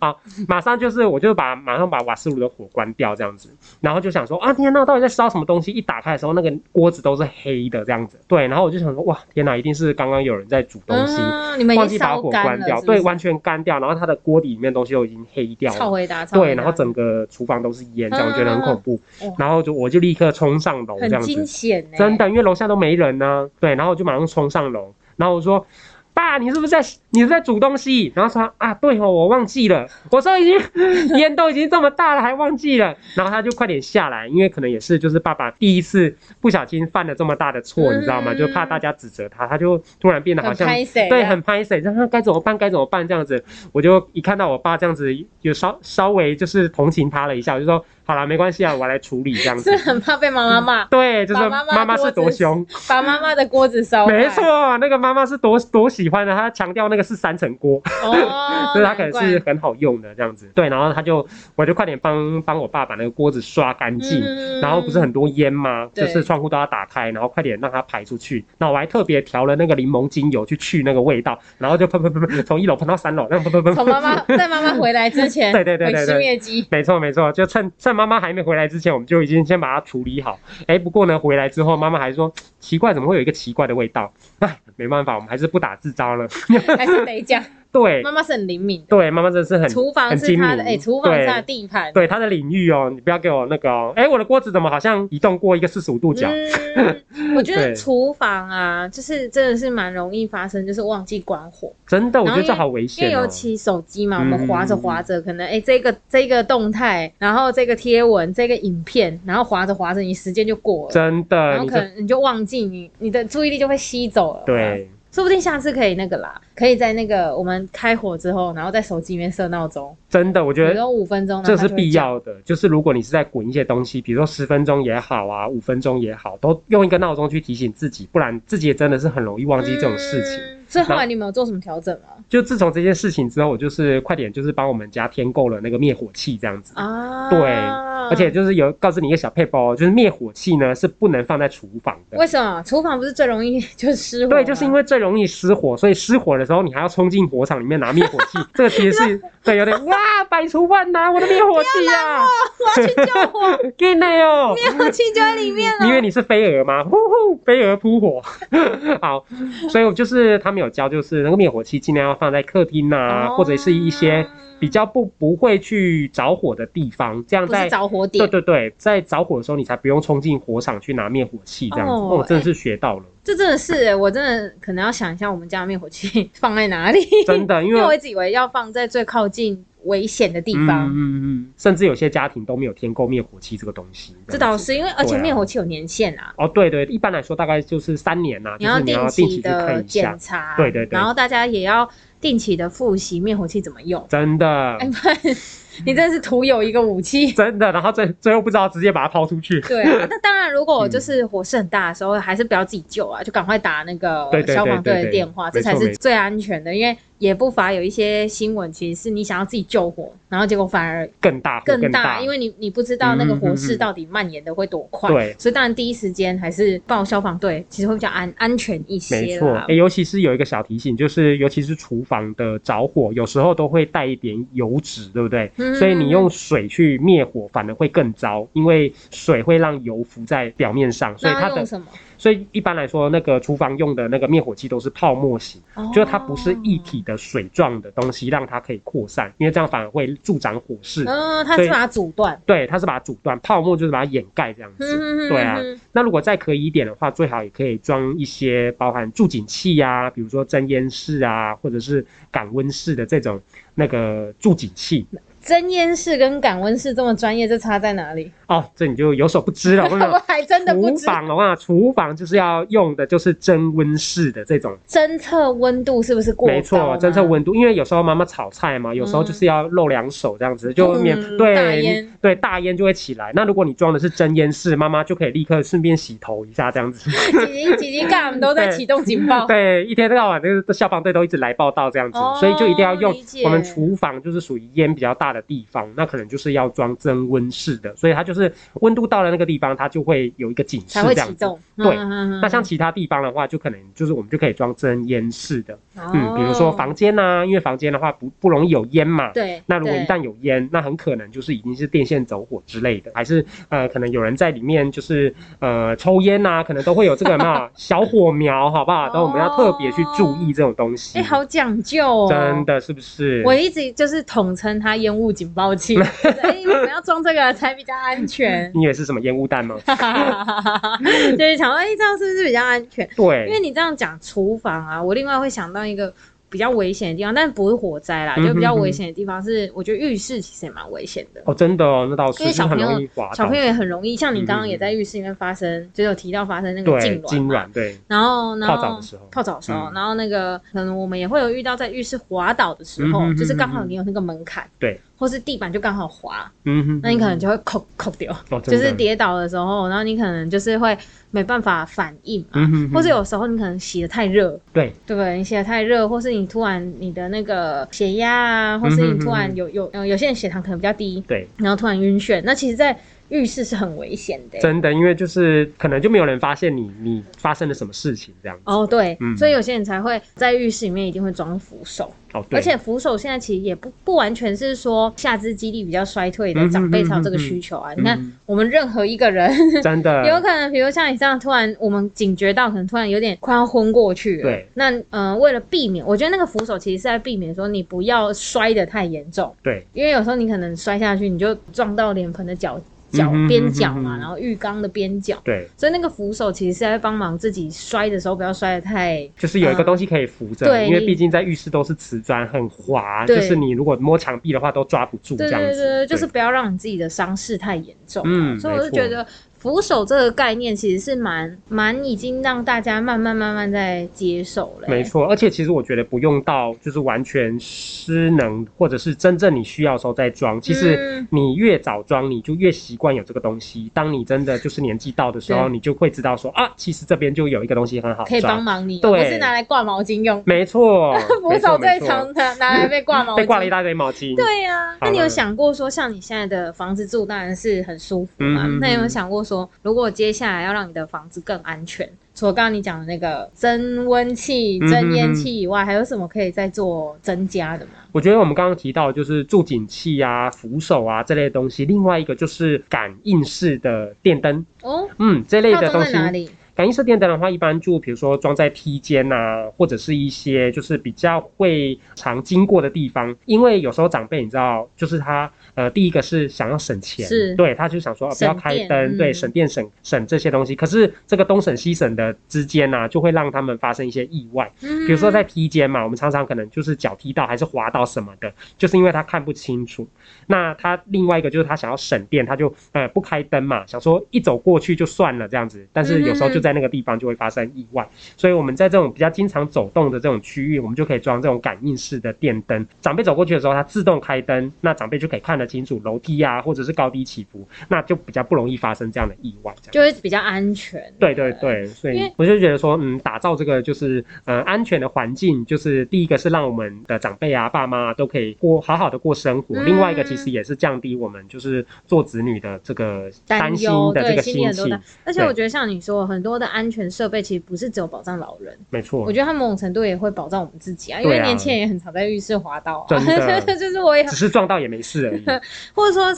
Speaker 2: 好，马上就是我就把马上把瓦斯炉的火关掉这样子，然后就想说啊天呐，到底在烧什么东西？一打开的时候，那个锅子都是黑的这样子，对，然后我就想说哇天呐，一定是刚刚有人在煮东西，
Speaker 3: 嗯，你们
Speaker 2: 忘
Speaker 3: 已
Speaker 2: 记
Speaker 3: 经
Speaker 2: 把
Speaker 3: 烧
Speaker 2: 火
Speaker 3: 干
Speaker 2: 关
Speaker 3: 了，
Speaker 2: 掉，
Speaker 3: 是不
Speaker 2: 对，
Speaker 3: 是
Speaker 2: 完全干掉，然后它的锅底里面的东西都已经黑掉
Speaker 3: 超
Speaker 2: 了。
Speaker 3: 回答，超
Speaker 2: 对，
Speaker 3: 回答
Speaker 2: 然后整个厨房都是烟，这样
Speaker 3: 嗯
Speaker 2: 我觉得很恐怖
Speaker 3: 嗯嗯哇。
Speaker 2: 然后就我就立刻冲上楼，这样
Speaker 3: 很
Speaker 2: 子。
Speaker 3: 惊险欸呢，
Speaker 2: 真的，因为楼下都没人呢、对，然后我就马上冲上楼，然后我说：“爸，你是不是在你是在煮东西？”然后说：“啊，对哦，我忘记了。”我说：“已经 烟都已经这么大了，还忘记了。”然后他就快点下来，因为可能也是就是爸爸第一次不小心犯了这么大的错，你知道吗？
Speaker 3: 嗯
Speaker 2: 就怕大家指责他，他就突然变得好
Speaker 3: 很
Speaker 2: 像
Speaker 3: 拍谁，啊
Speaker 2: 对，很拍谁，让他该怎么办？该怎么办？这样子，我就一看到我爸这样子，有稍稍微就是同情他了一下，我就说：“好啦，没关系啊，我来处理这样子
Speaker 3: 是。”很怕被妈妈骂，
Speaker 2: 对，就是
Speaker 3: 把妈妈
Speaker 2: 妈妈是多
Speaker 3: 多支持
Speaker 2: 凶，
Speaker 3: 把妈妈的锅子烧坏，
Speaker 2: 没错，那个妈妈是多多喜欢的，她强调那个是三层锅，，
Speaker 3: 哦
Speaker 2: 所以她可能
Speaker 3: 难怪
Speaker 2: 是很好用的这样子。对，然后她就我就快点帮帮我爸把那个锅子刷干净。
Speaker 3: 嗯
Speaker 2: 然后不是很多烟吗？就
Speaker 3: 对
Speaker 2: 是窗户都要打开，然后快点让它排出去。那我还特别调了那个柠檬精油去去那个味道，然后就喷喷喷喷，从一楼喷到三楼，然后喷喷喷
Speaker 3: 嗯从妈妈在妈妈回来之 前，
Speaker 2: 对对对对
Speaker 3: 毁
Speaker 2: 对
Speaker 3: 尸灭迹，
Speaker 2: 没错没错，就趁趁妈妈还没回来之前，我们就已经先把它处理好。哎，不过呢，回来之后妈妈还说奇怪，怎么会有一个奇怪的味道？哎，没办法，我们还是不打自招了。
Speaker 3: 还是得讲，
Speaker 2: 对
Speaker 3: 妈妈是很灵敏的，
Speaker 2: 对，妈妈真的是很
Speaker 3: 厨房
Speaker 2: 很
Speaker 3: 是
Speaker 2: 精
Speaker 3: 她
Speaker 2: 明，
Speaker 3: 的，哎，厨房是她的
Speaker 2: 对
Speaker 3: 地盘，
Speaker 2: 对她的领域哦，你不要给我那个哦。哎，我的锅子怎么好像移动过一个四十五度角？
Speaker 3: 嗯，我 觉
Speaker 2: 对
Speaker 3: 得厨房啊，就是真的是蛮容易发生，就是忘记关火，
Speaker 2: 真的，我觉得
Speaker 3: 然后因为
Speaker 2: 这好危
Speaker 3: 因为
Speaker 2: 险哦
Speaker 3: 尤。其手机嘛，我
Speaker 2: 嗯
Speaker 3: 们滑着滑着，可能哎、这个这个动态，然后这个贴文，这个影片，然后滑着滑着，你时间就过了。
Speaker 2: 真
Speaker 3: 然
Speaker 2: 的，
Speaker 3: 后
Speaker 2: 你
Speaker 3: 可
Speaker 2: 这
Speaker 3: 能你就忘记你你的注意力就被吸走了，，
Speaker 2: 对
Speaker 3: 说不定下次可以那个啦，可以在那个我们开火之后，然后在手机里面设闹钟，
Speaker 2: 真的，我
Speaker 3: 比
Speaker 2: 觉
Speaker 3: 如
Speaker 2: 得
Speaker 3: 说五分钟，然
Speaker 2: 这
Speaker 3: 后
Speaker 2: 是
Speaker 3: 它就会
Speaker 2: 必
Speaker 3: 叫。
Speaker 2: 要的，就是如果你是在滚一些东西，比如说十分钟也好啊，五分钟也好，都用一个闹钟去提醒自己，不然自己也真的是很容易忘记这种事情。
Speaker 3: 嗯所以后来你们有做什么调整吗？
Speaker 2: 就自从这件事情之后，我就是快点就是帮我们家添购了那个灭火器这样子。
Speaker 3: 啊，
Speaker 2: 对而且就是有告诉你一个小配包，就是灭火器呢是不能放在厨房的
Speaker 3: 为。什么厨房不是最容易就是失火吗？
Speaker 2: 对，就是因为最容易失火，所以失火的时候你还要冲进火场里面拿灭火 器，这个其实是对有点哇百除万难，我的灭火器啊，
Speaker 3: 我要去救 火，
Speaker 2: 给你哦。
Speaker 3: 灭火器就在里面了。
Speaker 2: 因为你是飞蛾嘛，呼呼，飞蛾扑火。 好，所以我就是他们有教，就是那个灭火器尽量要放在客厅啊，
Speaker 3: 哦
Speaker 2: 或者是一些比较不不会去着火的地方，这样
Speaker 3: 不是
Speaker 2: 在。
Speaker 3: 着火点
Speaker 2: 对，对对，在着火的时候，你才不用冲进火场去拿灭火器，这样子，
Speaker 3: 哦
Speaker 2: 哦，真的是学到了，
Speaker 3: 这真的是欸我真的可能要想一下我们家的灭火器 放在哪里，
Speaker 2: 真的，因
Speaker 3: 因为我
Speaker 2: 为
Speaker 3: 一直以为要放在最靠近危险的地
Speaker 2: 嗯
Speaker 3: 方。
Speaker 2: 嗯嗯，甚至有些家庭都没有添购灭火器这个东西，
Speaker 3: 这
Speaker 2: 样
Speaker 3: 倒
Speaker 2: 子
Speaker 3: 是因为，而且
Speaker 2: 对啊
Speaker 3: 灭火器有年限啊，
Speaker 2: 哦，对对，一般来说大概就是三年呐、
Speaker 3: 你
Speaker 2: 就是你
Speaker 3: 定
Speaker 2: 要定期
Speaker 3: 期
Speaker 2: 去看
Speaker 3: 的
Speaker 2: 一下
Speaker 3: 检，查，
Speaker 2: 对对对
Speaker 3: 然后大家也要定期的复习灭火器怎么用。
Speaker 2: 真的
Speaker 3: 哎，， 不然你真的是徒有一个武器。
Speaker 2: 真的，然后最最后不知道直接把它抛出 去，
Speaker 3: 对啊，那当然，如果
Speaker 2: 嗯
Speaker 3: 就是火势很大的时候，还是不要自己救啊，就赶快打那个
Speaker 2: 对对对
Speaker 3: 消防
Speaker 2: 对
Speaker 3: 队
Speaker 2: 对
Speaker 3: 的电话，
Speaker 2: 没
Speaker 3: 这
Speaker 2: 错
Speaker 3: 才
Speaker 2: 没
Speaker 3: 是
Speaker 2: 错
Speaker 3: 最安全的。因为也不乏有一些新闻，其实是你想要自己救火，然后结果反而
Speaker 2: 更大火
Speaker 3: 更
Speaker 2: 更
Speaker 3: 大，因为你你不知道那个
Speaker 2: 嗯
Speaker 3: 火
Speaker 2: 嗯嗯
Speaker 3: 势
Speaker 2: 嗯
Speaker 3: 到底蔓延的会多快。
Speaker 2: 对
Speaker 3: 所以当然第一时间还是报消防队，其实会比较安安全一
Speaker 2: 没
Speaker 3: 些
Speaker 2: 错，
Speaker 3: 啦
Speaker 2: 哎、。尤其是有一个小提醒，就是尤其是厨房的着火，有时候都会带一点油脂，对不对？
Speaker 3: 嗯
Speaker 2: 所以你用水去灭火反而会更糟，因为水会让油浮在表面上，所以
Speaker 3: 嗯那
Speaker 2: 它
Speaker 3: 要用
Speaker 2: 的
Speaker 3: 什么？
Speaker 2: 所以一般来说，那个厨房用的那个灭火器都是泡沫型，
Speaker 3: 哦
Speaker 2: 就是它不是一体的水状的东西，让它可以扩散，因为这样反而会助长火势。
Speaker 3: 哦。嗯，它
Speaker 2: 所
Speaker 3: 是
Speaker 2: 以
Speaker 3: 把它阻断。
Speaker 2: 对，它是把它阻断，泡沫就是把它掩盖这样子。
Speaker 3: 嗯
Speaker 2: 对啊
Speaker 3: 嗯嗯嗯
Speaker 2: 那如果再可以一点的话，最好也可以装一些包含助警器呀、比如说增烟室啊，或者是感温室的这种那个助警器
Speaker 3: 蒸烟室跟感温室这么专业，这差在哪里？
Speaker 2: 哦，这你就有所不知了。我跟你
Speaker 3: 我
Speaker 2: 讲，
Speaker 3: 还真的不
Speaker 2: 厨
Speaker 3: 知。
Speaker 2: 房的话，厨房就是要用的就是增温室的这种，
Speaker 3: 侦测温度是不是过高？
Speaker 2: 没错，侦测。 温度。因为有时候妈妈炒菜嘛，有时候就是要露两手这样子，就免
Speaker 3: 嗯大
Speaker 2: 对
Speaker 3: 烟
Speaker 2: 你对大烟就会起来。那如果你装的是真烟室，妈妈就可以立刻顺便洗头一下这样子。
Speaker 3: 姐姐姐姐干，我们都在启动警 报。
Speaker 2: 对，一天到晚就是消防队都一直来报道这样子，
Speaker 3: 哦
Speaker 2: 所以就一定要用
Speaker 3: 理解
Speaker 2: 我们厨房就是属于烟比较大的地方，那可能就是要装增温室的，所以它就是温度到了那个地方，它就会有一个警示
Speaker 3: 才会
Speaker 2: 这样
Speaker 3: 启
Speaker 2: 子。
Speaker 3: 动。
Speaker 2: 对
Speaker 3: 嗯
Speaker 2: 那像其他地方的话，就可能就是我们就可以装增烟室的，嗯，
Speaker 3: 嗯
Speaker 2: 比如说房间呐、因为房间的话不不容易有烟嘛。
Speaker 3: 对，
Speaker 2: 那如果一
Speaker 3: 对哎
Speaker 2: 旦有烟，那很可能就是已经是电线走火之类的，还是呃可能有人在里面就是呃抽烟呐、可能都会有这个 嘛小火苗，好不好？然后我们要特别去注意这种东西。
Speaker 3: 哎，好讲究哦，
Speaker 2: 嗯真。的是不是？
Speaker 3: 我一直就是统称它烟雾警报
Speaker 2: ，
Speaker 3: 器，就是哎，我们要装这个才比较安全
Speaker 2: 你以为是什么烟雾弹吗？
Speaker 3: 就是想说，哎，这样是不是比较安全？因为
Speaker 2: 对，
Speaker 3: 你这样讲厨房啊，我另外会想到一个比较危险的地方，但不是火灾啦，
Speaker 2: 嗯哼
Speaker 3: 就比较危险的地方是，我觉得浴室其实也蛮危险的。
Speaker 2: 哦，真的哦，那倒是，
Speaker 3: 因为小
Speaker 2: 就
Speaker 3: 朋
Speaker 2: 很
Speaker 3: 友
Speaker 2: 容易滑倒。
Speaker 3: 小朋友也很容易，像你刚刚
Speaker 2: 嗯
Speaker 3: 也在浴室里面发生，就有提到发生那个痉
Speaker 2: 对
Speaker 3: 挛
Speaker 2: 痉
Speaker 3: 嘛，
Speaker 2: 挛，对，
Speaker 3: 然后然后
Speaker 2: 泡澡的时候
Speaker 3: 泡澡的时候，
Speaker 2: 嗯
Speaker 3: 然后那个可能我们也会有遇到在浴室滑倒的时候，
Speaker 2: 嗯哼
Speaker 3: 就是
Speaker 2: 嗯哼
Speaker 3: 刚好你有那个门槛，
Speaker 2: 对，
Speaker 3: 或是地板就刚好滑，
Speaker 2: 嗯哼，
Speaker 3: 那你可能就会扣扣掉，
Speaker 2: 哦
Speaker 3: 就
Speaker 2: 真的
Speaker 3: 是跌倒的时候，然后你可能就是会没办法反应嘛，
Speaker 2: 嗯哼，
Speaker 3: 或是有时候你可能洗的太热，
Speaker 2: 对，
Speaker 3: 对不对？你血太热，或是你突然你的那个血压啊，
Speaker 2: 嗯
Speaker 3: 或是你突然有有呃有些人血糖可能比较低，
Speaker 2: 对。
Speaker 3: 然后突然晕眩，那其实，在浴室是很危险的欸。
Speaker 2: 真的，因为就是可能就没有人发现你你发生了什么事情这样子。
Speaker 3: 哦，对，
Speaker 2: 嗯
Speaker 3: 所以有些人才会在浴室里面一定会装扶手，
Speaker 2: 哦，对，
Speaker 3: 而且扶手现在其实也不不完全是说下肢肌力比较衰退的
Speaker 2: 嗯
Speaker 3: 长辈才有
Speaker 2: 嗯
Speaker 3: 这个
Speaker 2: 嗯
Speaker 3: 需求啊。
Speaker 2: 嗯
Speaker 3: 你看，我们任何一个人，
Speaker 2: 真的
Speaker 3: 有可能，比如像你这样，突然我们警觉到，可能突然有点快要昏过去了。
Speaker 2: 对。
Speaker 3: 那呃，为了避免，我觉得那个扶手其实是在避免说你不要摔得太严重，
Speaker 2: 对，
Speaker 3: 因为有时候你可能摔下去，你就撞到脸盆的角角
Speaker 2: 嗯哼
Speaker 3: 边角嘛，
Speaker 2: 嗯哼
Speaker 3: 然后浴缸的边角。
Speaker 2: 对，
Speaker 3: 所以那个扶手其实是在帮忙自己摔的时候不要摔得太，
Speaker 2: 就是有一个东西可以扶着，
Speaker 3: 嗯对
Speaker 2: 因为
Speaker 3: 你
Speaker 2: 毕竟在浴室都是瓷砖，很滑，
Speaker 3: 对
Speaker 2: 就是你如果摸墙壁的话都抓不住
Speaker 3: 对
Speaker 2: 这
Speaker 3: 对
Speaker 2: 样
Speaker 3: 对
Speaker 2: 子。
Speaker 3: 对，就是不要让你自己的伤势太严重啊。
Speaker 2: 嗯
Speaker 3: 所以我就
Speaker 2: 没错
Speaker 3: 觉得扶手这个概念其实是蛮蛮已经让大家慢慢慢慢在接受了欸、
Speaker 2: 没错，而且其实我觉得不用到就是完全失能，或者是真正你需要的时候再装。其实
Speaker 3: 嗯
Speaker 2: 你越早装，你就越习惯有这个东西。当你真的就是年纪到的时候，
Speaker 3: 对
Speaker 2: 你就会知道说啊，其实这边就有一个东西很好
Speaker 3: 可以帮
Speaker 2: 装。
Speaker 3: 忙你，哦
Speaker 2: 对
Speaker 3: 不是拿来挂毛巾用。
Speaker 2: 没 错，
Speaker 3: 扶
Speaker 2: 没错
Speaker 3: 手最
Speaker 2: 没错
Speaker 3: 常拿拿来被挂毛 巾，
Speaker 2: 被挂了一大堆毛巾。
Speaker 3: 对呀、
Speaker 2: 好
Speaker 3: 那你有
Speaker 2: 了
Speaker 3: 想过说，像你现在的房子住当然是很舒服嘛？
Speaker 2: 嗯嗯嗯
Speaker 3: 那有没有想过说，如果接下来要让你的房子更安全，除了刚刚你讲的那个增温器、
Speaker 2: 嗯嗯嗯
Speaker 3: 增烟器以外，还有什么可以再做增加的吗？
Speaker 2: 我觉得我们刚刚提到的就是助警器啊、扶手啊这类的东西，另外一个就是感应式的电灯，
Speaker 3: 哦，
Speaker 2: 嗯，这类
Speaker 3: 套
Speaker 2: 的
Speaker 3: 装
Speaker 2: 东
Speaker 3: 在
Speaker 2: 西。
Speaker 3: 哪里？
Speaker 2: 感应式电灯的话，一般就比如说装在梯间呐、或者是一些就是比较会常经过的地方，因为有时候长辈你知道，就是他呃，第一个是想要省钱，
Speaker 3: 是
Speaker 2: 对，他就想说、啊、不
Speaker 3: 省
Speaker 2: 要开
Speaker 3: 电
Speaker 2: 灯，对，
Speaker 3: 嗯
Speaker 2: 省电省省这些东西。可是这个东省西省的之间呐、就会让他们发生一些意外。
Speaker 3: 比
Speaker 2: 比如说
Speaker 3: 嗯
Speaker 2: 在梯间嘛，我们常常可能就是脚踢到还是滑到什么的，就是因为他看不清楚。那他另外一个就是他想要省电，他就呃不开灯嘛，想说一走过去就算了这样子。但是有时候就在那个地方就会发生意外，所以我们在这种比较经常走动的这种区域，我们就可以装这种感应式的电灯。长辈走过去的时候，它自动开灯，那长辈就可以看得清楚楼梯啊，或者是高低起伏，那就比较不容易发生这样的意外。这样。
Speaker 3: 就会比较安全。
Speaker 2: 对对对，所
Speaker 3: 嗯因
Speaker 2: 以
Speaker 3: 为
Speaker 2: 我就觉得说，嗯，打造这个就是呃安全的环境，就是第一个是让我们的长辈啊、爸妈啊都可以过好好的过生活，
Speaker 3: 嗯
Speaker 2: 另外一个其实也是降低我们就是做子女的这个
Speaker 3: 担
Speaker 2: 担心
Speaker 3: 忧
Speaker 2: 的这
Speaker 3: 对
Speaker 2: 个
Speaker 3: 心里
Speaker 2: 心
Speaker 3: 很多
Speaker 2: 情
Speaker 3: 担。而且我
Speaker 2: 对
Speaker 3: 觉得像你说，很多多的安全设备其实不是只有保障老人，
Speaker 2: 没错
Speaker 3: 我，觉得它某种程度也会保障我们自己啊，因
Speaker 2: 对
Speaker 3: 为
Speaker 2: 啊
Speaker 3: 年轻人也很常在浴室滑倒啊，
Speaker 2: 真的
Speaker 3: 就是我也
Speaker 2: 只是撞到也没事 而已。
Speaker 3: 或者说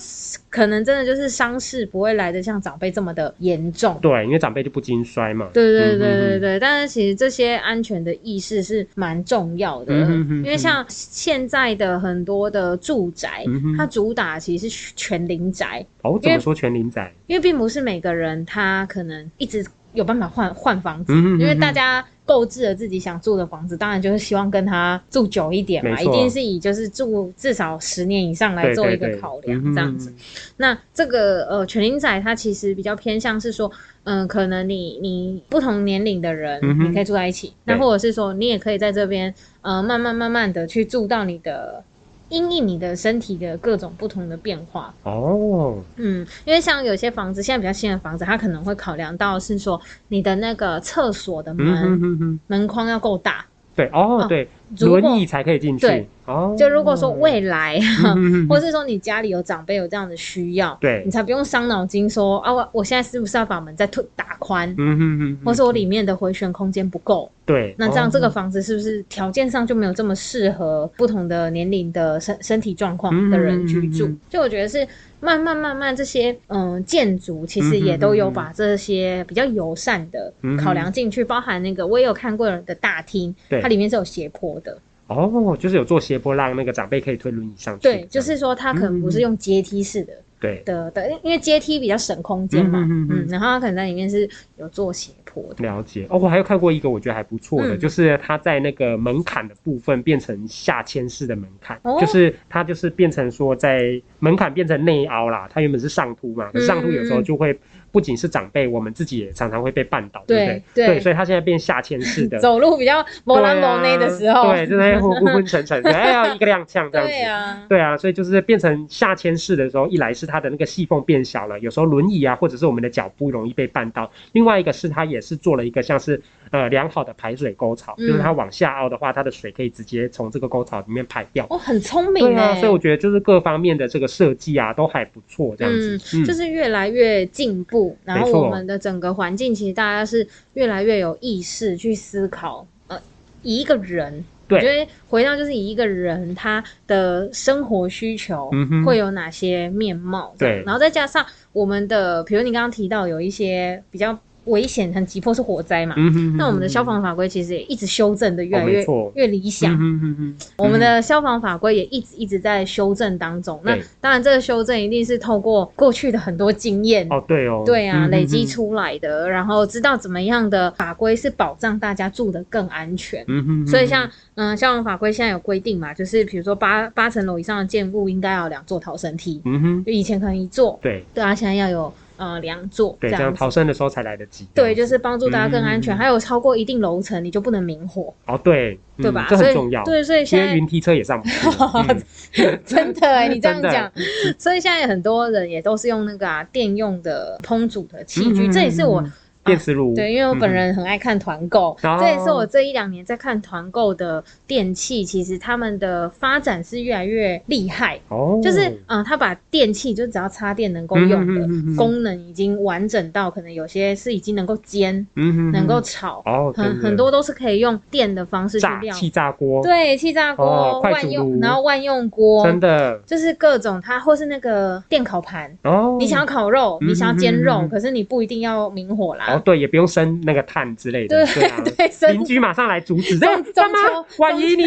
Speaker 3: 可能真的就是伤势不会来的像长辈这么的严重。
Speaker 2: 对，因为长辈就不经摔嘛。
Speaker 3: 对
Speaker 2: 嗯
Speaker 3: 对对对
Speaker 2: 嗯
Speaker 3: 对
Speaker 2: 嗯
Speaker 3: 对，但是其实这些安全的意识是蛮重要的，
Speaker 2: 嗯哼哼哼
Speaker 3: 因为像现在的很多的住宅，
Speaker 2: 嗯哼
Speaker 3: 它主打其实是全龄宅，
Speaker 2: 哦，怎么说全龄仔？
Speaker 3: 因为并不是每个人他可能一直有办法换换房子，
Speaker 2: 嗯哼嗯哼
Speaker 3: 因为大家购置了自己想住的房子，当然就是希望跟他住久一点嘛，
Speaker 2: 没
Speaker 3: 一
Speaker 2: 错
Speaker 3: 定是以就是住至少十年以上来
Speaker 2: 对
Speaker 3: 做
Speaker 2: 对
Speaker 3: 一个
Speaker 2: 对，
Speaker 3: 考量
Speaker 2: 嗯哼
Speaker 3: 这样子。。
Speaker 2: 嗯
Speaker 3: 那这个呃，全龄仔它其实比较偏向是说，嗯、可能你你不同年龄的人，
Speaker 2: 嗯哼
Speaker 3: 你可以住在一起，那
Speaker 2: 对
Speaker 3: 或者是说你也可以在这边，呃，慢慢慢慢的去住到你的。因应你的身体的各种不同的变化，
Speaker 2: 哦，
Speaker 3: 嗯，因为像有些房子，现在比较新的房子，它可能会考量到是说你的那个厕所的门、
Speaker 2: 嗯哼哼哼，
Speaker 3: 门框要够大。
Speaker 2: 对，哦
Speaker 3: 哦
Speaker 2: 对，
Speaker 3: 如果
Speaker 2: 轮椅才可以进去
Speaker 3: 对。
Speaker 2: 哦，
Speaker 3: 就如果说未来，啊
Speaker 2: 嗯哼哼
Speaker 3: 或是说你家里有长辈有这样的需要，
Speaker 2: 对
Speaker 3: 你才不用伤脑筋说啊，我我现在是不是要把门再推打宽，
Speaker 2: 嗯哼哼哼，
Speaker 3: 或是我里面的回旋空间不够，
Speaker 2: 对，
Speaker 3: 那这样
Speaker 2: 哦
Speaker 3: 这个房子是不是条件上就没有这么适合不同的年龄的身身体状况的人居住
Speaker 2: 嗯嗯嗯嗯？
Speaker 3: 就我觉得是慢慢慢慢这些嗯建筑其实也都有把这些比较友善的
Speaker 2: 嗯嗯嗯
Speaker 3: 考量进去，包含那个我也有看过的大厅
Speaker 2: 对，
Speaker 3: 它里面是有斜坡的，
Speaker 2: 哦，就是有做斜坡让那个长辈可以推轮椅上去。
Speaker 3: 对，
Speaker 2: 这
Speaker 3: 就
Speaker 2: 样
Speaker 3: 是说它可能
Speaker 2: 嗯
Speaker 3: 不是用阶梯式的。
Speaker 2: 对，
Speaker 3: 的的，因为阶梯比较省空间嘛，
Speaker 2: 嗯嗯
Speaker 3: 嗯
Speaker 2: 嗯嗯
Speaker 3: 然后它可能在里面是有做斜坡的，
Speaker 2: 了解。哦，我还有看过一个我觉得还不错的，
Speaker 3: 嗯
Speaker 2: 就是它在那个门槛的部分变成下牵式的门槛，
Speaker 3: 哦
Speaker 2: 就是它就是变成说在门槛变成内凹啦，它原本是上凸嘛，可是上凸有时
Speaker 3: 嗯
Speaker 2: 候就会不仅是长辈，我们自己也常常会被绊倒，对不对？
Speaker 3: 对对。
Speaker 2: 所以它现在变下牵式的
Speaker 3: 走路比较摩拉摩内的时
Speaker 2: 对
Speaker 3: 候，
Speaker 2: 啊，对，就是会昏昏昏沉沉的，哎呀，一个踉跄这样子。
Speaker 3: 对啊，
Speaker 2: 对啊，所以就是变成下牵式的时候，一来是它的那个细缝变小了，有时候轮椅啊或者是我们的脚步容易被绊到；另外一个是它也是做了一个像是呃良好的排水沟槽，
Speaker 3: 嗯
Speaker 2: 就是它往下凹的话，它的水可以直接从这个沟槽里面排掉。
Speaker 3: 哦，很聪明
Speaker 2: 对
Speaker 3: 哎、
Speaker 2: 啊，所以我觉得就是各方面的这个设计啊都还不错，这样子。嗯，
Speaker 3: 就是越来越进步，然后
Speaker 2: 没错
Speaker 3: 我们的整个环境其实大家是越来越有意识去思考，呃，以一个人。
Speaker 2: 对
Speaker 3: 我觉得回到就是以一个人他的生活需求
Speaker 2: 嗯哼
Speaker 3: 会有哪些面貌，
Speaker 2: 对
Speaker 3: 这样然后再加上我们的，比如你刚刚提到有一些比较危险、很急迫是火灾嘛，
Speaker 2: 嗯哼
Speaker 3: 那我们的消防法规其实也一直修正的越来
Speaker 2: 哦没
Speaker 3: 越、
Speaker 2: 错
Speaker 3: 越理想，
Speaker 2: 嗯哼哼哼
Speaker 3: 我们的消防法规也一直一直在修正当中。那
Speaker 2: 嗯对
Speaker 3: 当然，这个修正一定是透过过去的很多经验，
Speaker 2: 哦对哦，
Speaker 3: 对啊，
Speaker 2: 嗯
Speaker 3: 累积。
Speaker 2: 哼哼
Speaker 3: 出来的，然后知道怎么样的法规是保障大家住得更安全。
Speaker 2: 嗯哼哼哼，
Speaker 3: 所以像嗯、消防法规现在有规定嘛，就是比如说八八层楼以上的建物应该要有两座逃生梯，
Speaker 2: 嗯哼，
Speaker 3: 就以前可能一座，
Speaker 2: 对
Speaker 3: 对啊，现在要有呃两座
Speaker 2: 对，这样
Speaker 3: 样
Speaker 2: 逃
Speaker 3: 子。
Speaker 2: 生的时候才来得及。
Speaker 3: 对，就是帮助大家更安全。
Speaker 2: 嗯
Speaker 3: 还有超过一定楼层，你就不能明火，
Speaker 2: 哦对，嗯
Speaker 3: 对吧？
Speaker 2: 这
Speaker 3: 所
Speaker 2: 很
Speaker 3: 以
Speaker 2: 重要。
Speaker 3: 对，所以
Speaker 2: 因
Speaker 3: 现在
Speaker 2: 为云梯车也上不 去了。嗯
Speaker 3: 真的哎、你这
Speaker 2: 真
Speaker 3: 样
Speaker 2: 的
Speaker 3: 讲，所以现在很多人也都是用那个啊电用的烹煮的器具，
Speaker 2: 嗯
Speaker 3: 这也是我啊
Speaker 2: 电磁炉。
Speaker 3: 对，因为我本
Speaker 2: 嗯
Speaker 3: 人很爱看团购，
Speaker 2: 哦
Speaker 3: 这也是我这一两年在看团购的电器，其实他们的发展是越来越厉害。
Speaker 2: 哦，
Speaker 3: 就是，嗯、他把电器就只要插电能够用的
Speaker 2: 嗯哼嗯哼嗯哼
Speaker 3: 功能已经完整到，可能有些是已经能够煎、
Speaker 2: 嗯哼
Speaker 3: 能够炒，
Speaker 2: 哦，真
Speaker 3: 很
Speaker 2: 的
Speaker 3: 很多都是可以用电的方式去
Speaker 2: 炸
Speaker 3: 料。
Speaker 2: 气炸锅，
Speaker 3: 对，气炸锅、
Speaker 2: 哦快
Speaker 3: 万
Speaker 2: 煮
Speaker 3: 用，
Speaker 2: 炉
Speaker 3: 然后万用锅，
Speaker 2: 真的
Speaker 3: 就是各种它，或是那个电烤盘，
Speaker 2: 哦。
Speaker 3: 你想要烤肉，
Speaker 2: 嗯
Speaker 3: 你想要煎
Speaker 2: 嗯
Speaker 3: 肉
Speaker 2: 嗯嗯，
Speaker 3: 可是你不一定要明火
Speaker 2: 哦
Speaker 3: 啦，。
Speaker 2: 对，也不用生那个炭之类的，
Speaker 3: 对
Speaker 2: 对啊。
Speaker 3: 对，
Speaker 2: 邻
Speaker 3: 中
Speaker 2: 居马上来阻止，
Speaker 3: 中
Speaker 2: 哎
Speaker 3: 中
Speaker 2: 干嘛
Speaker 3: 秋
Speaker 2: 万一你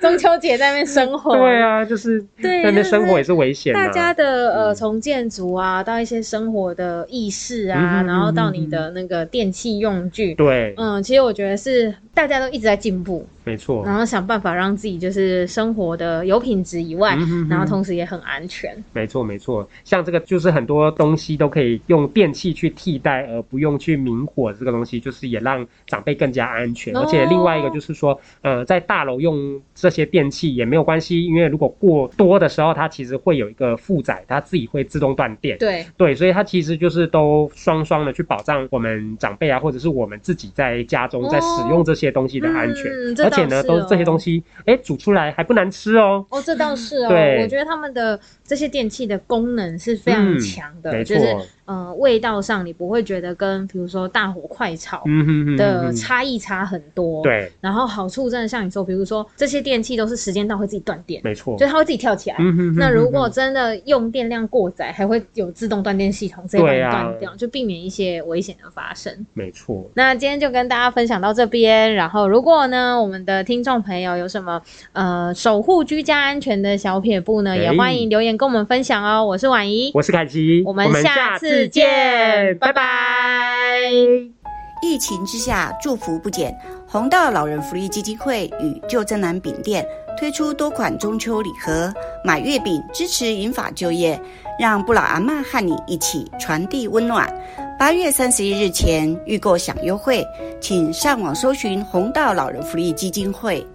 Speaker 3: 中秋 节在那边生火，
Speaker 2: 对，啊，就是
Speaker 3: 对
Speaker 2: 在那边
Speaker 3: 就是
Speaker 2: 生活也是危险
Speaker 3: 大
Speaker 2: 啊。
Speaker 3: 家的
Speaker 2: 嗯
Speaker 3: 呃，从建筑啊到一些生活的意识
Speaker 2: 嗯
Speaker 3: 啊，
Speaker 2: 哼
Speaker 3: 然后到
Speaker 2: 嗯哼
Speaker 3: 你的那个电器用具，
Speaker 2: 对，
Speaker 3: 嗯，其实我觉得是大家都一直在进步，
Speaker 2: 没错。
Speaker 3: 然后想办法让自己就是生活的有品质以外
Speaker 2: 嗯哼嗯哼，
Speaker 3: 然后同时也很安全。
Speaker 2: 没错，没错，像这个就是很多东西都可以用电器去替代，而不用去明火这个东西，就是也让长辈更加安全。
Speaker 3: 哦
Speaker 2: 而且另外一个就是说，呃，在大楼用这些电器也没有关系，因为如果过多的时候，它其实会有一个负载，它自己会自动断电。
Speaker 3: 对，
Speaker 2: 对，所以它其实就是都双双的去保障我们长辈啊，或者是我们自己在家中在使用这些东西的安全，
Speaker 3: 嗯，
Speaker 2: 而且呢，都是这些东
Speaker 3: 西。
Speaker 2: 西，哎，煮出来还不难吃哦。
Speaker 3: 哦，这倒是哦，
Speaker 2: 对嗯
Speaker 3: 我觉得他们的这些电器的功能是非常强的，
Speaker 2: 没
Speaker 3: 就是
Speaker 2: 错，
Speaker 3: 呃味道上，你不会觉得跟比如说大火快炒
Speaker 2: 嗯哼哼
Speaker 3: 的
Speaker 2: 哼哼
Speaker 3: 差异差很多。。
Speaker 2: 对，
Speaker 3: 然后好处真的像你说，比如说这些电器都是时间到会自己断电，
Speaker 2: 没错
Speaker 3: 就。它会自己跳起来。
Speaker 2: 嗯哼哼
Speaker 3: 那
Speaker 2: 哼
Speaker 3: 如
Speaker 2: 哼
Speaker 3: 果真的用电量过载，还会有自动断电系统直接把你
Speaker 2: 对啊
Speaker 3: 断掉，就避免一些危险的发生。
Speaker 2: 没错，
Speaker 3: 那今天就跟大家分享到这边。然后，如果呢，我们的听众朋友有什么呃守护居家安全的小撇步呢，也
Speaker 2: 哎
Speaker 3: 欢迎留言跟我们分享哦。我是婉仪，
Speaker 2: 我是凯奇，
Speaker 3: 我们下次见，拜拜
Speaker 4: 疫情之下，祝福不减。红道老人福利基金会与旧正南饼店推出多款中秋礼盒，买月饼支持银发就业，让不老阿嬷和你一起传递温暖。八月三十一日前预购享优惠，请上网搜寻红道老人福利基金会。